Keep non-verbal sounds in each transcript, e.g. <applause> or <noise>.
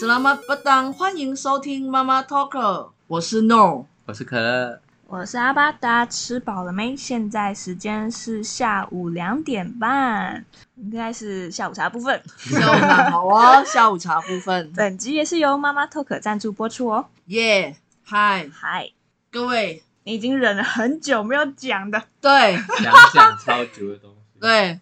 Selamat petang，欢迎收听妈妈 Talker，我是 No。我是可乐，我是阿巴达，吃饱了没？现在时间是下午两点半，应该是下午茶部分。下午茶好哦，下午茶部分。本集也是由妈妈 Talk 赞助播出哦。耶，嗨，嗨，各位，你已经忍了很久没有讲的，对想讲超足的东西。，对，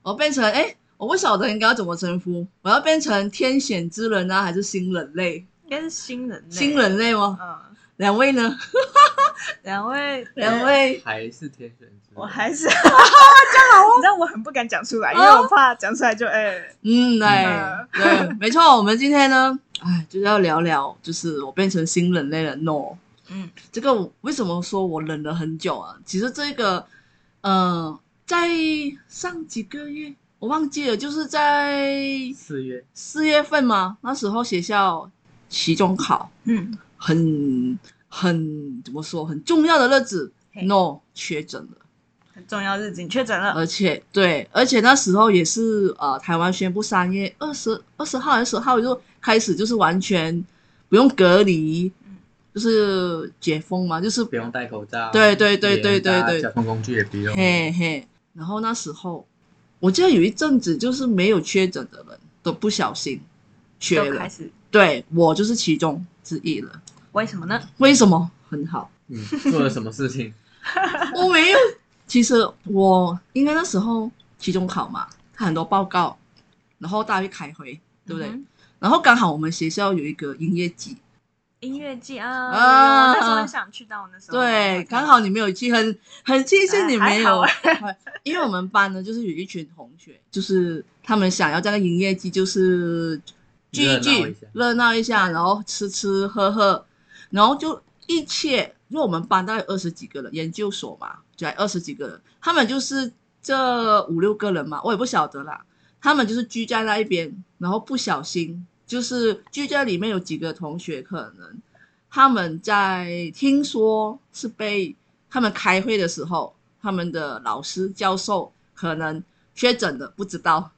我变成哎，我不晓得应该要怎么称呼，我要变成天选之人呢、还是新人类？应该是新人类。新，人类吗？嗯，两位呢？两位，两，位，还是天选之我还 <laughs> 是这样好哦。你知哦道我很不敢讲出来，因为我怕讲出来就哎，嗯，哎嗯，对，没错，我们今天呢，哎，就是要聊聊，就是我变成新人类了，No。嗯这个我为什么说我忍了很久啊？其实这个，呃，在上几个月我忘记了，就是在四月，四月份嘛，那时候学校期中考，嗯，很很怎么说，很重要的日子嘿，no 确诊了，很重要日子，你确诊了。而且对，而且那时候也是呃，台湾宣布三月二十二十号还是十号就开始就是完全不用隔离嗯，就是解封嘛，就是不用戴口罩。对对对对对对连搭交通工具也不用。嘿嘿，然后那时候，我记得有一阵子就是没有确诊的人都不小心确就了开，始，对我就是其中之一了。为什么呢？为什么？很好，你做了什么事情？我没有。其实我应该那时候期中考嘛，看很多报告，然后大家会开会，对不对？嗯哼然后刚好我们学校有一个音乐季，音乐季啊，啊我那时候很想去，但我那时候对，刚好你没有去，很很庆呃幸你没有， <laughs> 因为我们班呢，就是有一群同学，就是他们想要在那个营业季，就是聚一热闹一聚下，热闹一下，然后吃吃喝喝，然后就一切，因为我们班大概有二十几个人，研究所嘛，就二十几个人，他们就是这五六个人嘛，我也不晓得啦，他们就是聚在那一边，然后不小心就是聚在里面有几个同学可能。他们在听说是被他们开会的时候，他们的老师教授可能确诊的不知道，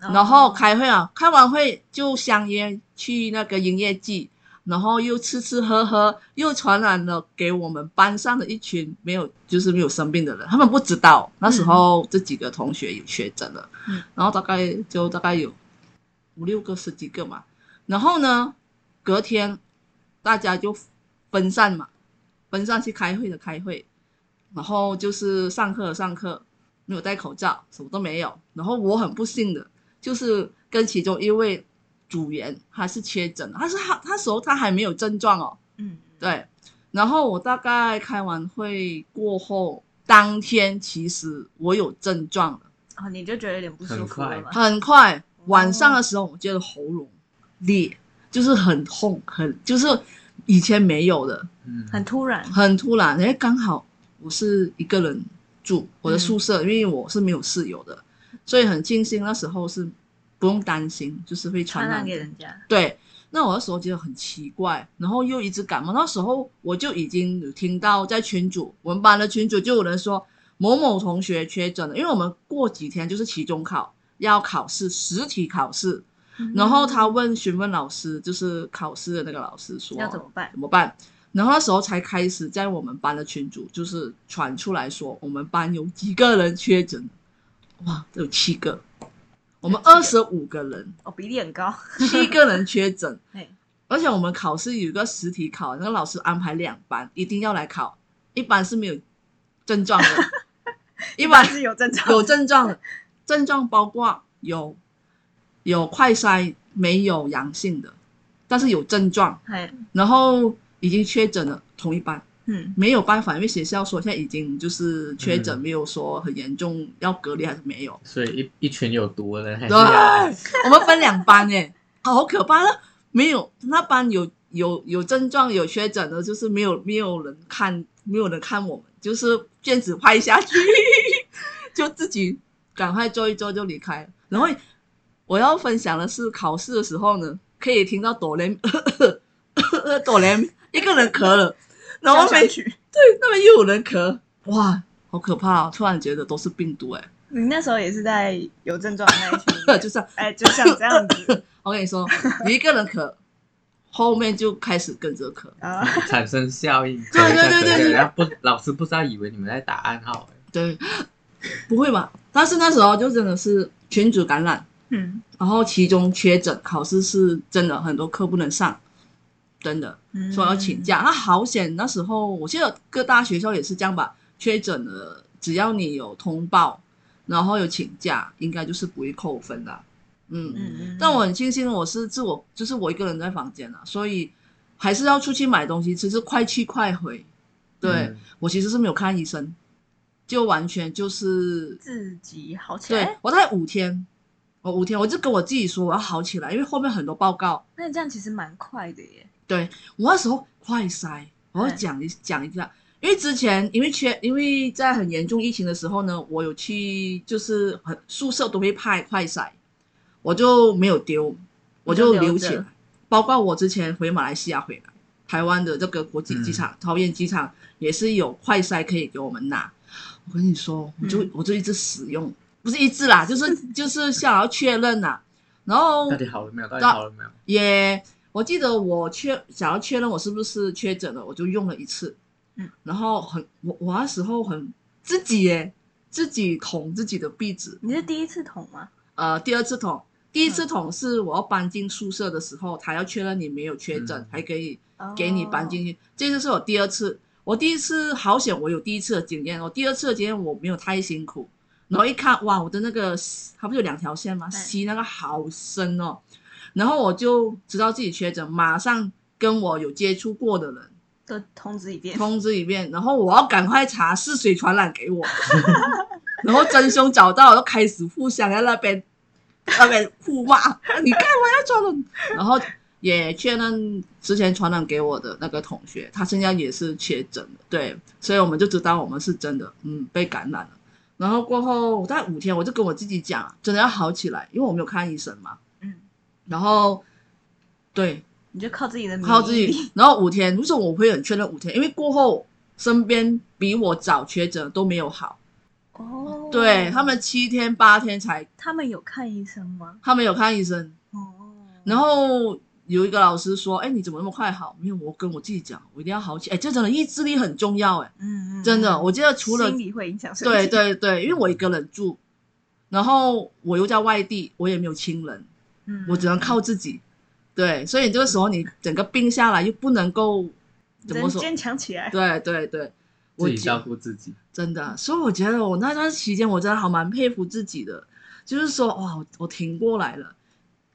哦然后开会啊，开完会就相约去那个营业季，然后又吃吃喝喝，又传染了给我们班上的一群没有就是没有生病的人，他们不知道那时候这几个同学有确诊了，嗯然后大概就大概有五六个十几个嘛，然后呢，隔天大家就分散嘛，分散去开会的开会，然后就是上课的上课，没有戴口罩，什么都没有。然后我很不幸的，就是跟其中一位组员他是确诊的，他是他他时候他还没有症状哦，嗯，对。然后我大概开完会过后，当天其实我有症状了，哦，你就觉得有点不舒服了很吗？很快晚上的时候，我觉得喉咙裂，就是很痛，很就是以前没有的，嗯，很突然，很突然，哎，刚好我是一个人住我的宿舍，因为我是没有室友的，所以很庆幸那时候是不用担心，就是会传传染染给人家。对，那我那时候觉得很奇怪，然后又一直感冒。那时候我就已经有听到在群主，我们班的群主就有人说某某同学确诊了，因为我们过几天就是期中考，要考试，实体考试。嗯嗯然后他问询问老师，就是考试的那个老师说要怎么办？怎么办？然后那时候才开始在我们班的群组就是传出来说，我们班有几个人确诊，哇，有七个，我们二有十五个人，哦，比例很高。七个人确诊，嘿而且我们考试有一个实体考，那个老师安排两班，一定要来考，一班是没有症状的，一班是有症状，有症状的，症状包括有有快筛没有阳性的，但是有症状，嘿，然后已经确诊了，同一班。嗯，没有办法，因为学校说现在已经就是确诊，嗯没有说很严重要隔离还是没有。所以一一群有毒的人还是对要来，我们分两班诶，好可怕！那没有那班有有有症状有确诊的，就是没有没有人看，没有人看我们，就是卷子拍下去， <laughs> 就自己赶快做一做就离开。然后我要分享的是，考试的时候呢，可以听到哆来咪哆来咪 <laughs> 一个人咳了，然后没交响曲。那边又有人咳，哇，好可怕、哦！突然觉得都是病毒哎、你那时候也是在有症状的那一群里 <laughs> 面，就是 <laughs> 哎，就像这样子，我跟你说，你一个人咳，后面就开始跟着咳。啊，产生效应。对对对对对然后不，老师不知道以为你们在打暗号，欸对，不会吧？但是那时候就真的是群组感染，嗯然后其中确诊，考试是真的很多课不能上，真的嗯，说要请假。那好险，那时候我记得各大学校也是这样吧，确诊了，只要你有通报，然后有请假，应该就是不会扣分的。嗯，嗯，嗯但我很庆幸我是自我，就是我一个人在房间了、啊所以还是要出去买东西吃，是快去快回。对、嗯我其实是没有看医生，就完全就是自己好起对来。哎我大概五天，我五天，我就跟我自己说我要好起来，因为后面很多报告，那你这样其实蛮快的耶。对我那时候快塞，我要嗯讲一讲一下，因为之前因为缺，因为在很严重疫情的时候呢，我有去就是很宿舍都会派快塞，我就没有丢，我就你就留留起来着。包括我之前回马来西亚回来，台湾的这个国际机场、桃园机场也是有快塞可以给我们拿。我跟你说，我就、嗯我就一直使用，不是一直啦，就是就是想要确认啦、然后到底好了没有？到底好了没有？也，我记得我确想要确认我是不是确诊了，我就用了一次，嗯，然后很我我那时候很自己耶，自己捅自己的壁纸，你是第一次捅吗？呃，第二次捅，第一次捅是我要搬进宿舍的时候，他要确认你没有确诊，嗯还可以哦给你搬进去，这就是我第二次，我第一次好险，我有第一次的经验，我第二次的经验我没有太辛苦。然后一看，哇，我的那个它不是有两条线吗？吸那个好深哦，然后我就知道自己确诊，马上跟我有接触过的人都通知一遍。通知一遍，然后我要赶快查是谁传染给我， <laughs> 然后真凶找到，然后开始互相在那边那边互骂，你干嘛要传染？然后也确认之前传染给我的那个同学，他现在也是确诊的，对，所以我们就知道我们是真的，嗯，被感染了。然后过后大概五天，我就跟我自己讲，真的要好起来，因为我没有看医生嘛。嗯，然后，对，你就靠自己的免疫靠自力。己。然后五天，为什么我会很确认五天？因为过后身边比我早确诊都没有好，哦，对他们七天八天才，他们有看医生吗？他们有看医生。哦，然后有一个老师说：“哎，你怎么那么快好？”没有，我跟我自己讲，我一定要好起来。哎，这真的意志力很重要，哎，嗯嗯，真的。嗯我记得除了心理会影响身体，对，对对，因为我一个人住，然后我又在外地，我也没有亲人，嗯，我只能靠自己。对，所以这个时候你整个病下来又不能够怎么人说？嗯坚强起来。对对对，我自己觉照顾自己。真的，所以我觉得我那段期间我真的好蛮佩服自己的，就是说哇，我我挺过来了，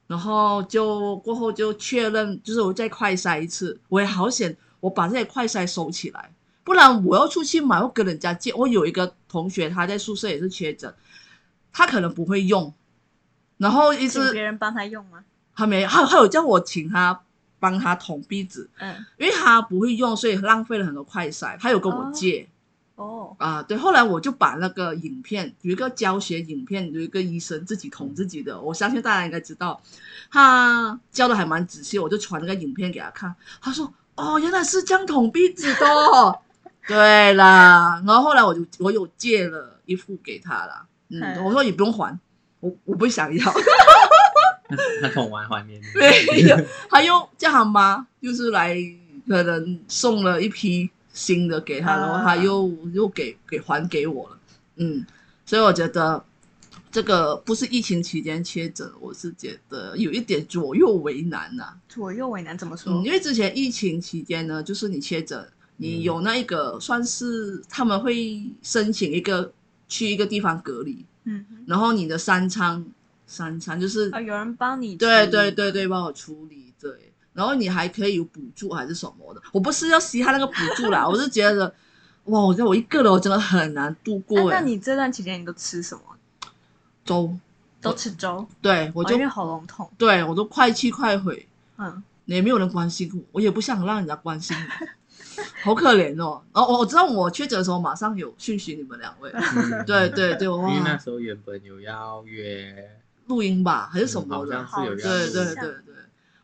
然后就过后就确认，就是我再快筛一次，我也好险，我把这些快筛收起来，不然我要出去买，我跟人家借。我有一个同学他在宿舍也是确诊，他可能不会用，然后一请别直人帮他用吗？他没，他他有叫我请他帮他捅壁纸，嗯，因为他不会用，所以浪费了很多快筛，他有跟我哦借。哦，啊，对，后来我就把那个影片有一个教学影片，有一个医生自己捅自己的，我相信大家应该知道，他教的还蛮仔细，我就传那个影片给他看，他说哦，原来是这样捅鼻子的哦， <laughs> 对啦，然后后来我就我有借了一副给他啦，嗯，嗯我说你不用还，我我不想要，他捅完还给你。没有，他又叫他妈，就是来可能送了一批新的给他，啊然后他又又给给还给我了，嗯，所以我觉得这个不是疫情期间缺诊，我是觉得有一点左右为难呐、左右为难怎么说？嗯，因为之前疫情期间呢，就是你确诊，你有那一个算是他们会申请一个去一个地方隔离，嗯哼，然后你的三餐三餐就是啊，有人帮你，啊对嗯对，对对，帮我处理对，然后你还可以有补助还是什么的，我不是要吸他那个补助 <laughs> 啦，我是觉得，哇，我觉得我一个人我真的很难度那过、啊欸。那你这段期间你都吃什么？粥，都吃粥，对我哦就、因为喉咙痛，对我都快去快回，嗯，也没有人关心我，我也不想让人家关心我， <laughs> 好可怜哦。然后我我知道我确诊的时候马上有讯息你们两 <laughs> 位，嗯对对对，因为那哇，时候原本有要约，录音吧还是什嗯好么的像，是有对要对录对像对对，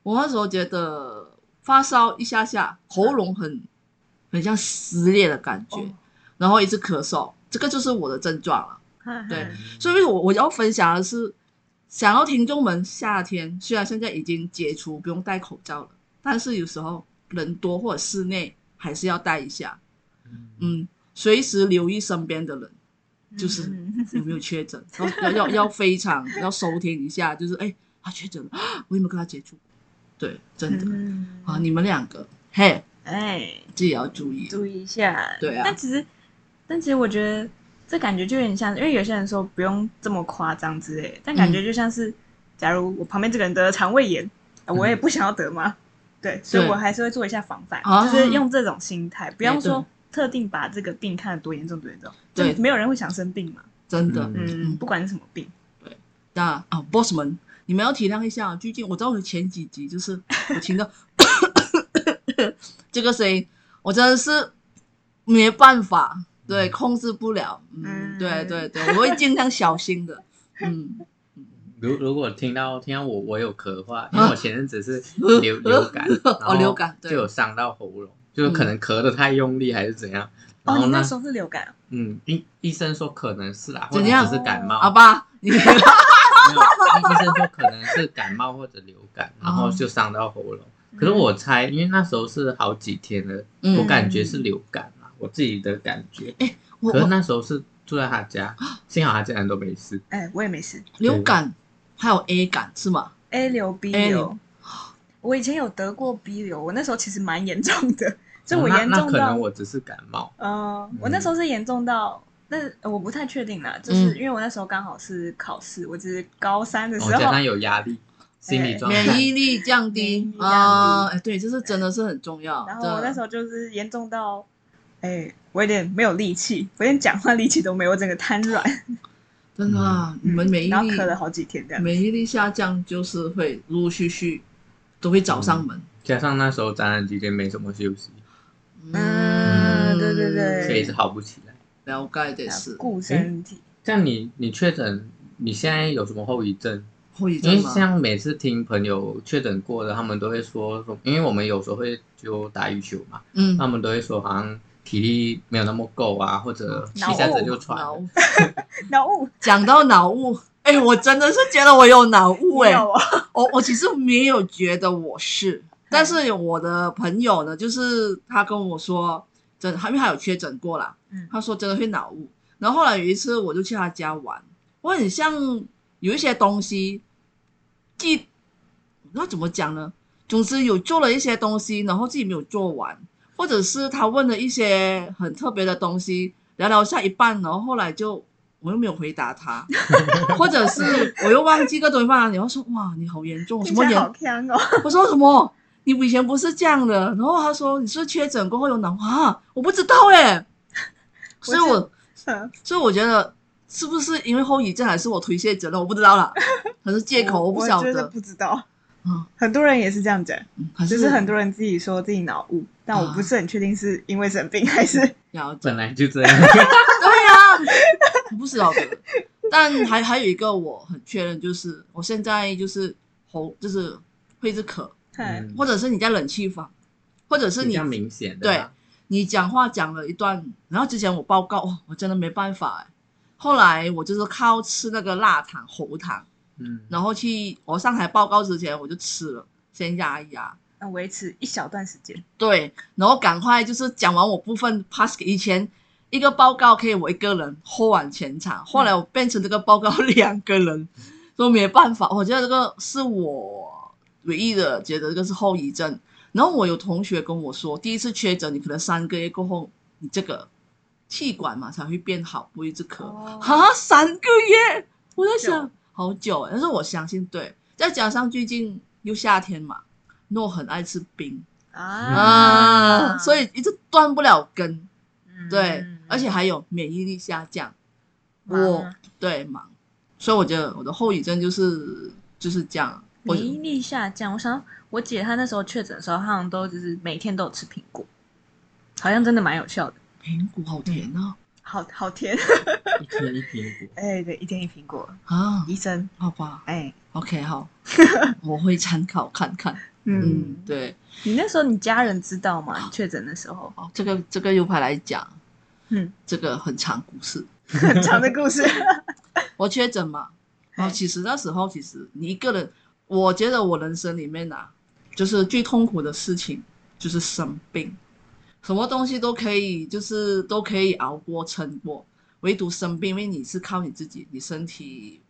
我那时候觉得发烧一下下，喉咙很很像撕裂的感觉，哦然后一直咳嗽，这个就是我的症状了。对嗯所以我我要分享的是，想要听众们夏天虽然现在已经解除不用戴口罩了，但是有时候人多或者室内还是要带一下，嗯，嗯，随时留意身边的人就是嗯有没有确诊，要要要要非常要收听一下，就是哎他确诊了， <gasps> 我有没有跟他接触？对，真的嗯啊，你们两个嘿哎，自己也要注意，注意一下。对啊但其实，但其实我觉得这感觉就有点像，因为有些人说不用这么夸张之类，但感觉嗯就像是，假如我旁边这个人得了肠胃炎，啊嗯我也不想要得嘛。对，所以我还是会做一下防范，哦啊就是用这种心态，不用哎说特定把这个病看得多严重多严重，对就没有人会想生病嘛。真的。嗯嗯，不管是什么病，那啊，boss 们，你们要体谅一下。最近我知道我前几集就是我听到这个声音，我真的是没办法，对，嗯控制不了。嗯，嗯对对对，我会尽量小心 <laughs> 的。嗯，如如果听到听到我我有咳的话，因为我前阵子是呃流流感，呃哦然后流感对就有伤到喉咙，就是可能咳的太用力还是怎样。然哦，后你呢那，时候是流感啊，嗯，医医生说可能是啊，或怎者样只是感冒，好吧， <laughs> 你没有，医医生说可能是感冒或者流感，然后就伤到喉咙。可是我嗯猜，因为那时候是好几天了，嗯我感觉是流感啦，我自己的感觉。我可是我那时候是住在他家，幸好他家人都没事。哎，我也没事。流感还有 A 感是吗？ A 流 B A 流流，我以前有得过 B 流，我那时候其实蛮严重的，就我哦那严那重可到能，我只是感冒。呃，我嗯那时候是严重到，但是呃我不太确定啦，就嗯是哦因为我那时候刚好是考试，我只是高三的我时候加，上有压力，心理状态免疫力降低免疫力降低啊，哎，对，这是真的是很重要。然后我那时候候就是严重到，哎，我有点没有力气，我连讲话力气都没有，我整个瘫软，真的嗯啊，你们免疫然后力咳了好几天这样。免疫力下降就是会陆陆续续都会找上门。加上那时候展览期间没什么休息，嗯对对对所以是好不起来。了解的是顾身体，像你，你确诊，你现在有什么后遗症？后遗因为症吗？哎像每次听朋友确诊过的，他们都会说，因为我们有时候会就打羽球嘛，嗯，他们都会说好像体力没有那么够啊，或者一下子就传了。嗯脑雾。脑雾，讲到脑雾，哎，我真的是觉得我有脑雾哎，你有啊，我我其实没有觉得我是，但是我的朋友呢，就是他跟我说，真的，因为他有确诊过啦，嗯他说真的会脑雾。然后后来有一次，我就去他家玩，我很像有一些东西记，那怎么讲呢？总之有做了一些东西，然后自己没有做完，或者是他问了一些很特别的东西，聊聊下一半，然后后来就我又没有回答 <laughs> 他，或者是我又忘记个东西放哪里，然后说哇你好 <laughs> 严重，什听么起严来好呛哦，我说什么？你以前不是这样的？然后他说你是确诊过后有脑啊，我不知道哎、所以 <laughs> 我我嗯所以我觉得是不是因为后遗症还是我推卸责任？我不知道啦，还是借口我不晓我觉得得。不知道，嗯，很多人也是这样讲。嗯还就是很多人自己说自己脑雾，但啊我不是很确定是因为生病还是了解，本来就这样，对呀、我不晓得。但还还有一个我很确认，就是我现在就是喉就是会是咳，<laughs> 嗯嗯或者是你在冷气房，或者是比你较明显的啊。你讲话讲了一段，然后之前我报告，哦，我真的没办法哎。后来我就是靠吃那个辣糖、喉糖，嗯，然后去我上台报告之前我就吃了，先压一压。呃维持一小段时间。对，然后赶快就是讲完我部分 pass 给以前一个报告可以我一个人 hold 完全场，后来我变成这个报告 <laughs> 两个人，所以没办法，我觉得这个是我唯一的觉得这个是后遗症。然后我有同学跟我说，第一次确诊，你可能三个月过后，你这个气管嘛才会变好，不会一直咳。哈，三个月，我在想久好久欸，但是我相信对，再加上最近又夏天嘛，那我很爱吃冰，啊，所以一直断不了根，嗯对，而且还有免疫力下降，忙我对忙，所以我觉得我的后遗症就是就是这样，我免疫力下降。我想到我姐她那时候确诊的时候，她好像都就是每天都有吃苹果，好像真的蛮有效的，苹果好甜啊好好甜。一天一苹果， <laughs> 哎，对，一天一苹果，啊，医生，好吧哎， ，OK <laughs> 好，我会参考看看，嗯，，对，你那时候你家人知道吗？你确诊的 <laughs> 时候，哦，这个这个又派来讲，嗯，这个很长故事，很长 <laughs> 的故事。我确诊嘛，然后哦哎其实那时候其实你一个人，我觉得我人生里面啊，就是最痛苦的事情就是生病，什么东西都可以，就是都可以熬过、撑过，唯独生病，因为你是靠你自己，你身体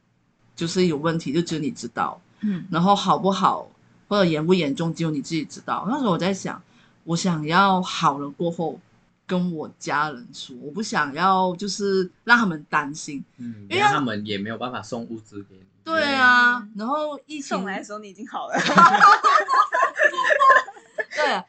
就是有问题，就只有你知道，嗯然后好不好或者严不严重，只有你自己知道。那时候我在想，我想要好了过后跟我家人说，我不想要就是让他们担心。嗯，因为因为他们也没有办法送物资给你。对啊嗯，然后疫情送来的时候你已经好了，嗯 <laughs> 对，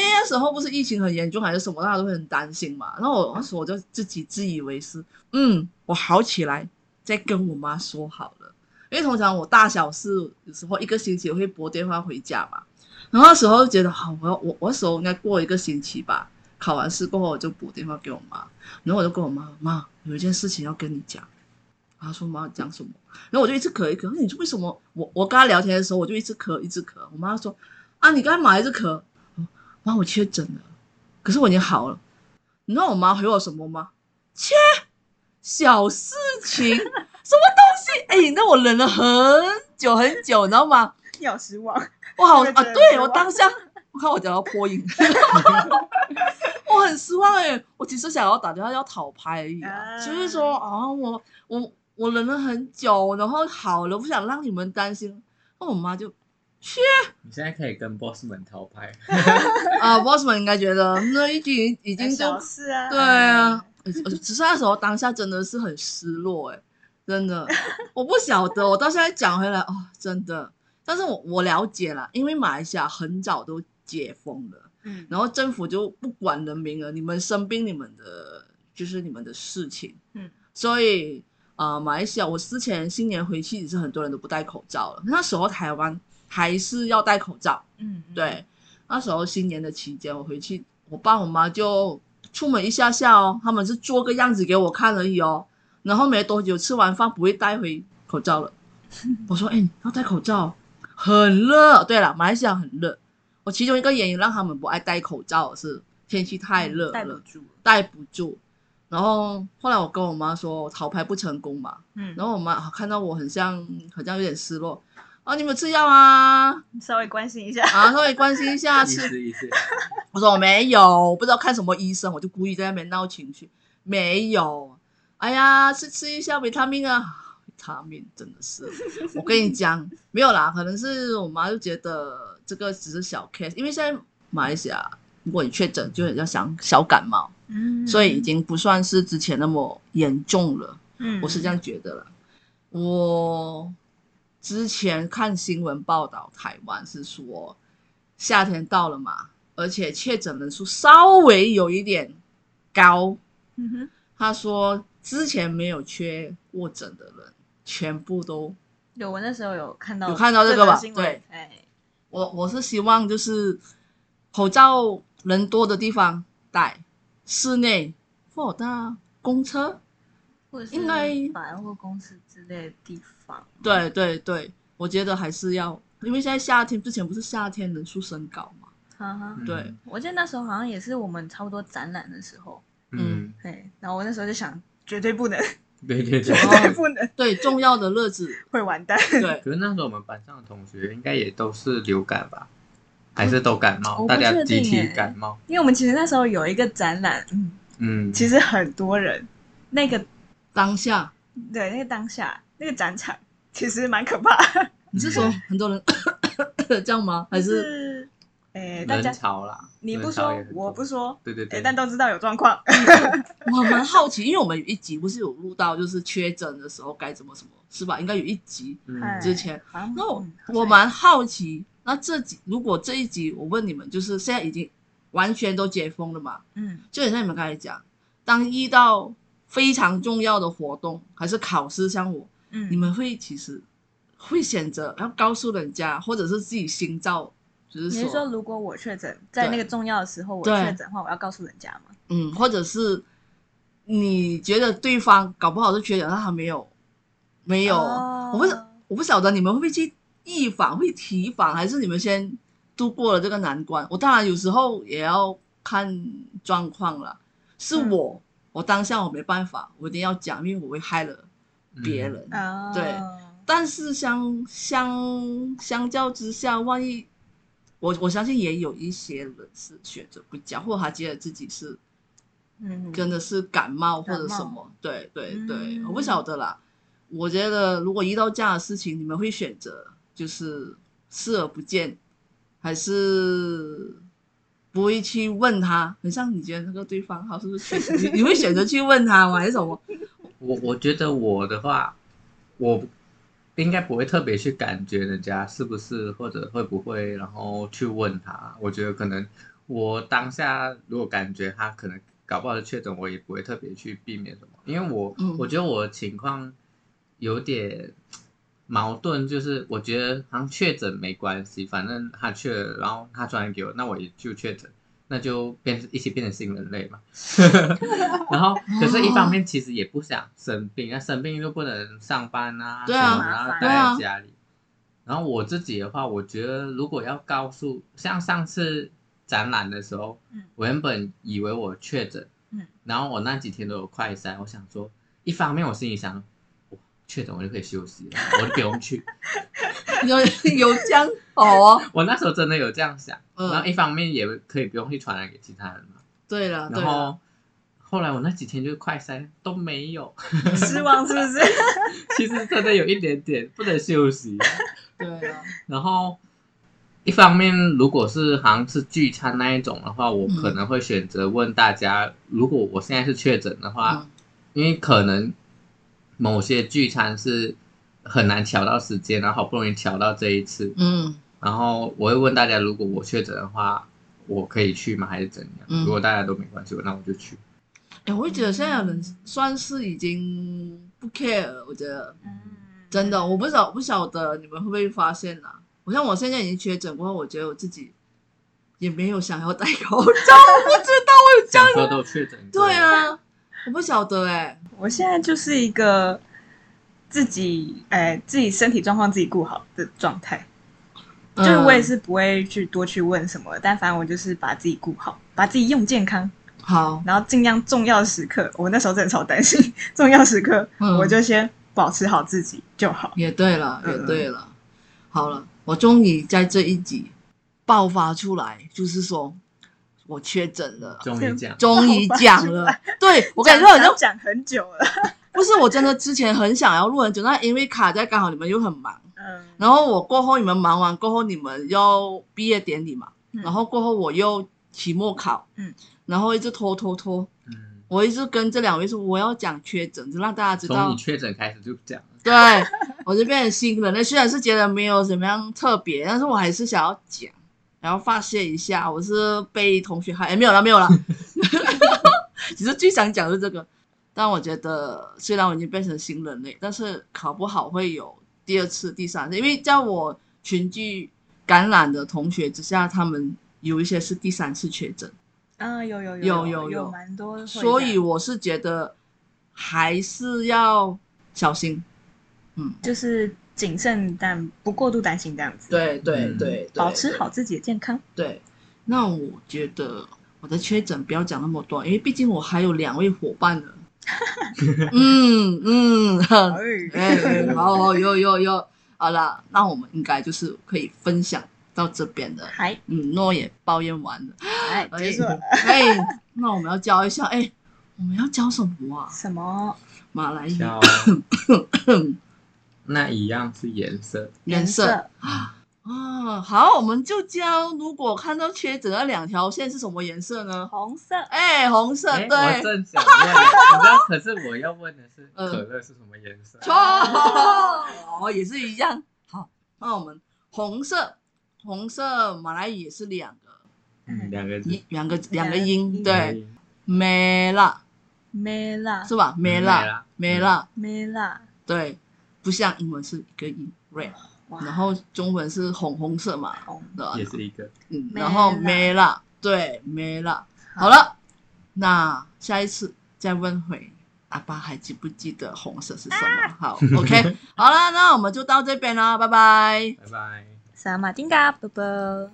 因为那时候不是疫情很严重还是什么，大家都会很担心嘛。然后我那时候我就自己自以为是，嗯，我好起来再跟我妈说好了。因为通常我大小事有时候一个星期我会拨电话回家嘛，然后那时候就觉得好，我要我我那时候应该过一个星期吧，考完试过后我就拨电话给我妈，然后我就跟我妈妈有一件事情要跟你讲，然后她说妈讲什么，然后我就一直咳一咳，那你说为什么我我跟她聊天的时候我就一直咳一直咳，我妈说啊你干嘛一直咳？妈，我确诊了，可是我已经好了。你知道我妈回我什么吗？切，小事 <laughs> 情，什么东西？哎，你知道我忍了很久很久，你知道吗？你好失望。我好真啊的，很对失望我当下，我看我讲到破音， <laughs> 我很失望哎、我只是想要打电话要讨拍而已啊，啊就是说啊，我我我忍了很久，然后好了，不想让你们担心。那我妈就切，你现在可以跟 boss 们逃拍，啊，boss 们应该觉得嗯那一句已经就小事啊，对 <laughs> 啊，呃只是那时候当下真的是很失落、欸，真的，我不晓得，我到现在讲回来哦，真的，但是我我了解了，因为马来西亚很早都解封了，嗯，然后政府就不管人民了，你们生病你们的就是你们的事情，嗯，所以呃，马来西亚我之前新年回去也是很多人都不戴口罩了，那时候台湾还是要戴口罩，嗯，嗯，对，那时候新年的期间，我回去，我爸我妈就出门一下下哦，他们是做个样子给我看而已哦。然后没多久吃完饭不会带回口罩了， <laughs> 我说：“哎、你要戴口罩，很热。”对了，马来西亚很热。我其中一个原因让他们不爱戴口罩是天气太热戴嗯不了，住了，戴不住。然后后来我跟我妈说，我逃牌不成功嘛。嗯，然后我妈啊看到我很像，好像有点失落啊，你们吃药啊？嗯稍微关心一下，啊，稍微关心一下意吃思 <laughs> 意思。我说我哦没有，我不知道看什么医生，我就故意在那边闹情绪。没有，哎呀，吃吃一下维他命啊， <sighs> 维他命真的是，我跟你讲，没有啦，可能是我妈就觉得这个只是小 case，因为现在马来西亚，如果你确诊，就很像小小感冒，嗯所以已，经不算是之前那么严重了。嗯我是这样，样觉得啦。我之前看新闻报道，台湾是说夏天到了嘛，而且确诊人数稍微有一点高。嗯哼，他说之前没有缺过诊的人，全部都有我那时候有看到，有看到这个吧新闻对，哎，我我是希望就是口罩人多的地方戴，室内或者搭公车或者是应该百货公司之类的地方，对对对，我觉得还是要，因为现在夏天之前不是夏天人数升高嘛，哈哈，嗯对，我记得那时候好像也是我们差不多展览的时候，嗯，对，然后我那时候就想，绝对不能，哦对对对。 <laughs> 绝对不能，对重要的日子，会完蛋。对， <laughs> <laughs> 可是那时候我们班上的同学应该也都是流感吧，还是都感冒，我不大家确集定欸体耶感冒。因为我们其实那时候有一个展览，嗯，嗯，其实很多人，那个当下对那个当下那个展场其实蛮可怕，你是说嗯很多人 <coughs> 这样吗？还是是，哎，大人家潮啦，你不人潮说也很，多我不，说，对对哎对，，但都知道有状况。 <laughs> 嗯我蛮好奇，因为我们有一集不是有录到就是确诊的时候该怎么什么，是吧？应该有一集嗯哎之前，好像那我嗯好像我蛮好奇，那这集如果这一集我问你们，就是现在已经完全都解封了嘛？嗯，就很像你们刚才讲，当遇到非常重要的活动还是考试，像我，嗯你们会其实会选择要告诉人家，或者是自己心照，就是你说，是说如果我确诊，在那个重要的时候我对确诊的话，我要告诉人家吗？嗯，或者是你觉得对方搞不好是觉得他没有，没有，哦我不是我不晓得你们会不会去预防，会提防，还是你们先度过了这个难关？我当然有时候也要看状况了。是嗯我，我当下我没办法，我一定要讲，因为我会害了别嗯人。啊，对但是相相相较之下，万一我我相信也有一些人是选择不讲，或者他觉得自己是嗯，真的是感冒或感者什冒么，对对嗯对，我不晓得啦。我觉得如果遇到这样的事情，你们会选择就是视而不见，还是不会去问他？很像你觉得那个对方他是不是 <laughs> 选你你会选择去问他吗？还是什么？我我觉得我的话，我应该不会特别去感觉人家是不是或者会不会，然后去问他。我觉得可能我当下如果感觉他可能搞不好是确诊，我也不会特别去避免什么，因为我、嗯我觉得我的情况有点矛盾，就是我觉得好像确诊没关系，反正他确了，然后他传染给我，那我也就确诊。那就变成一起变成新人 <laughs> 类嘛。 <laughs> 然后，可是一方面其实也不想生病，那生病又不能上班啊，对啊什么然后麻烦对待啊在家里。然后我自己的话，我觉得如果要告诉，像上次展览的时候，嗯我原本以为我确诊，嗯然后我那几天都有快筛，我想说，一方面我心里想，我确诊我就可以休息了，我就不用去。 <laughs> 有 <laughs> 有这样好哦。我那时候真的有这样 <laughs> 想， <laughs> 然后嗯，一方面也可以不用去传染给其他人嘛。对了啊对然了，后后来我那几天就是快筛都没有，失望是不是？其实真的有一点点不能休息。 <laughs> 对了，然后一方面，如果是好像是聚餐那一种的话，我嗯可能会选择问大家，如果我现在是确诊的话，嗯因为可能某些聚餐是很难调到时间，然后好不容易调到这一次，嗯然后我会问大家，如果我确诊的话，我可以去吗？还是怎样？嗯如果大家都没关系，那我就去。哎，我会觉得现在的人嗯算是已经不 care 了，我觉得。嗯 <laughs> 真的，我不晓不晓得你们会不会发现啦、我像我现在已经确诊过后，我觉得我自己也没有想要戴哦口罩，我不知道我有这想样。说都确诊过了，对啊，我不晓得哎、嗯我现在就是一个自己哎、自己身体状况自己顾好的状态，嗯就是我也是不会去多去问什么，但反正我就是把自己顾好，把自己用健康，嗯好，然后尽量重要时刻，我那时候真的超担心，重要时刻、嗯我就先保持好自己就好。也对了，嗯也对了。好了，我终于在这一集爆发出来，就是说我确诊了，终于讲，终于讲了爆 <laughs> 发。对我感觉好好像像讲很久了， <laughs> 不是我真的之前很想要录很久，但因为卡在刚好你们又很忙。嗯，然后我过后你们忙完过后，你们要毕业典礼嘛，嗯然后过后我又期末考，嗯，然后一直拖拖拖，嗯，我一直跟这两位说我要讲确诊，就让大家知从道你，确诊开始就讲了，对我就变成新人类，虽然是觉得没有怎么样特别，但是我还是想要讲，然后发泄一下，我是被同学害，哎没有了没有 <laughs> 了，其实最想讲的是这个，但我觉得虽然我已经变成新人类，但是考不好会有第二次、第三次，因为在我群聚感染的同学之下，他们有一些是第三次确诊，啊，有有有有有有有蛮多会这样，所以我是觉得还是要小心。嗯，就是谨慎但不过度担心这样子，，对对嗯对，对保持好。自己的健康。对，那我觉得我的确诊不要讲那么多，因为毕竟我还有两位伙伴呢。嗯嗯，哼哎、哎好好有有有，好了，那我们应该就是可以分享到这边的。嗨，嗯，诺也抱怨完了，哎，哎结束了。哎，那我们要教一下，哎，我们要教什么啊？什么马来语 <laughs> 像那一样是颜色，颜色？啊。好，我们就教，如果看到缺诊的两条线是什么颜色呢？红色，哎，红色，哎，我对，正想问，你知道，可是我要问的是，嗯可乐是什么颜色？错，哦，也是一样。好，那我们红色，红色马来语也是两个嗯，两个字，哎音，两个两个两个音，音对，，嗯没了梅啦，是嗯吧？没了，啦，没了，梅啦，对，不像英文是一个音 red，哇，然后中文是红红色嘛，红，对吧也是一个，嗯，没然后了没了，对，没了。好，了，那下一次再问回阿爸还记不记得红色是什啊么？好，OK，好了，那我们就到这边啦，拜拜。拜拜。萨马丁嘎，啵啵。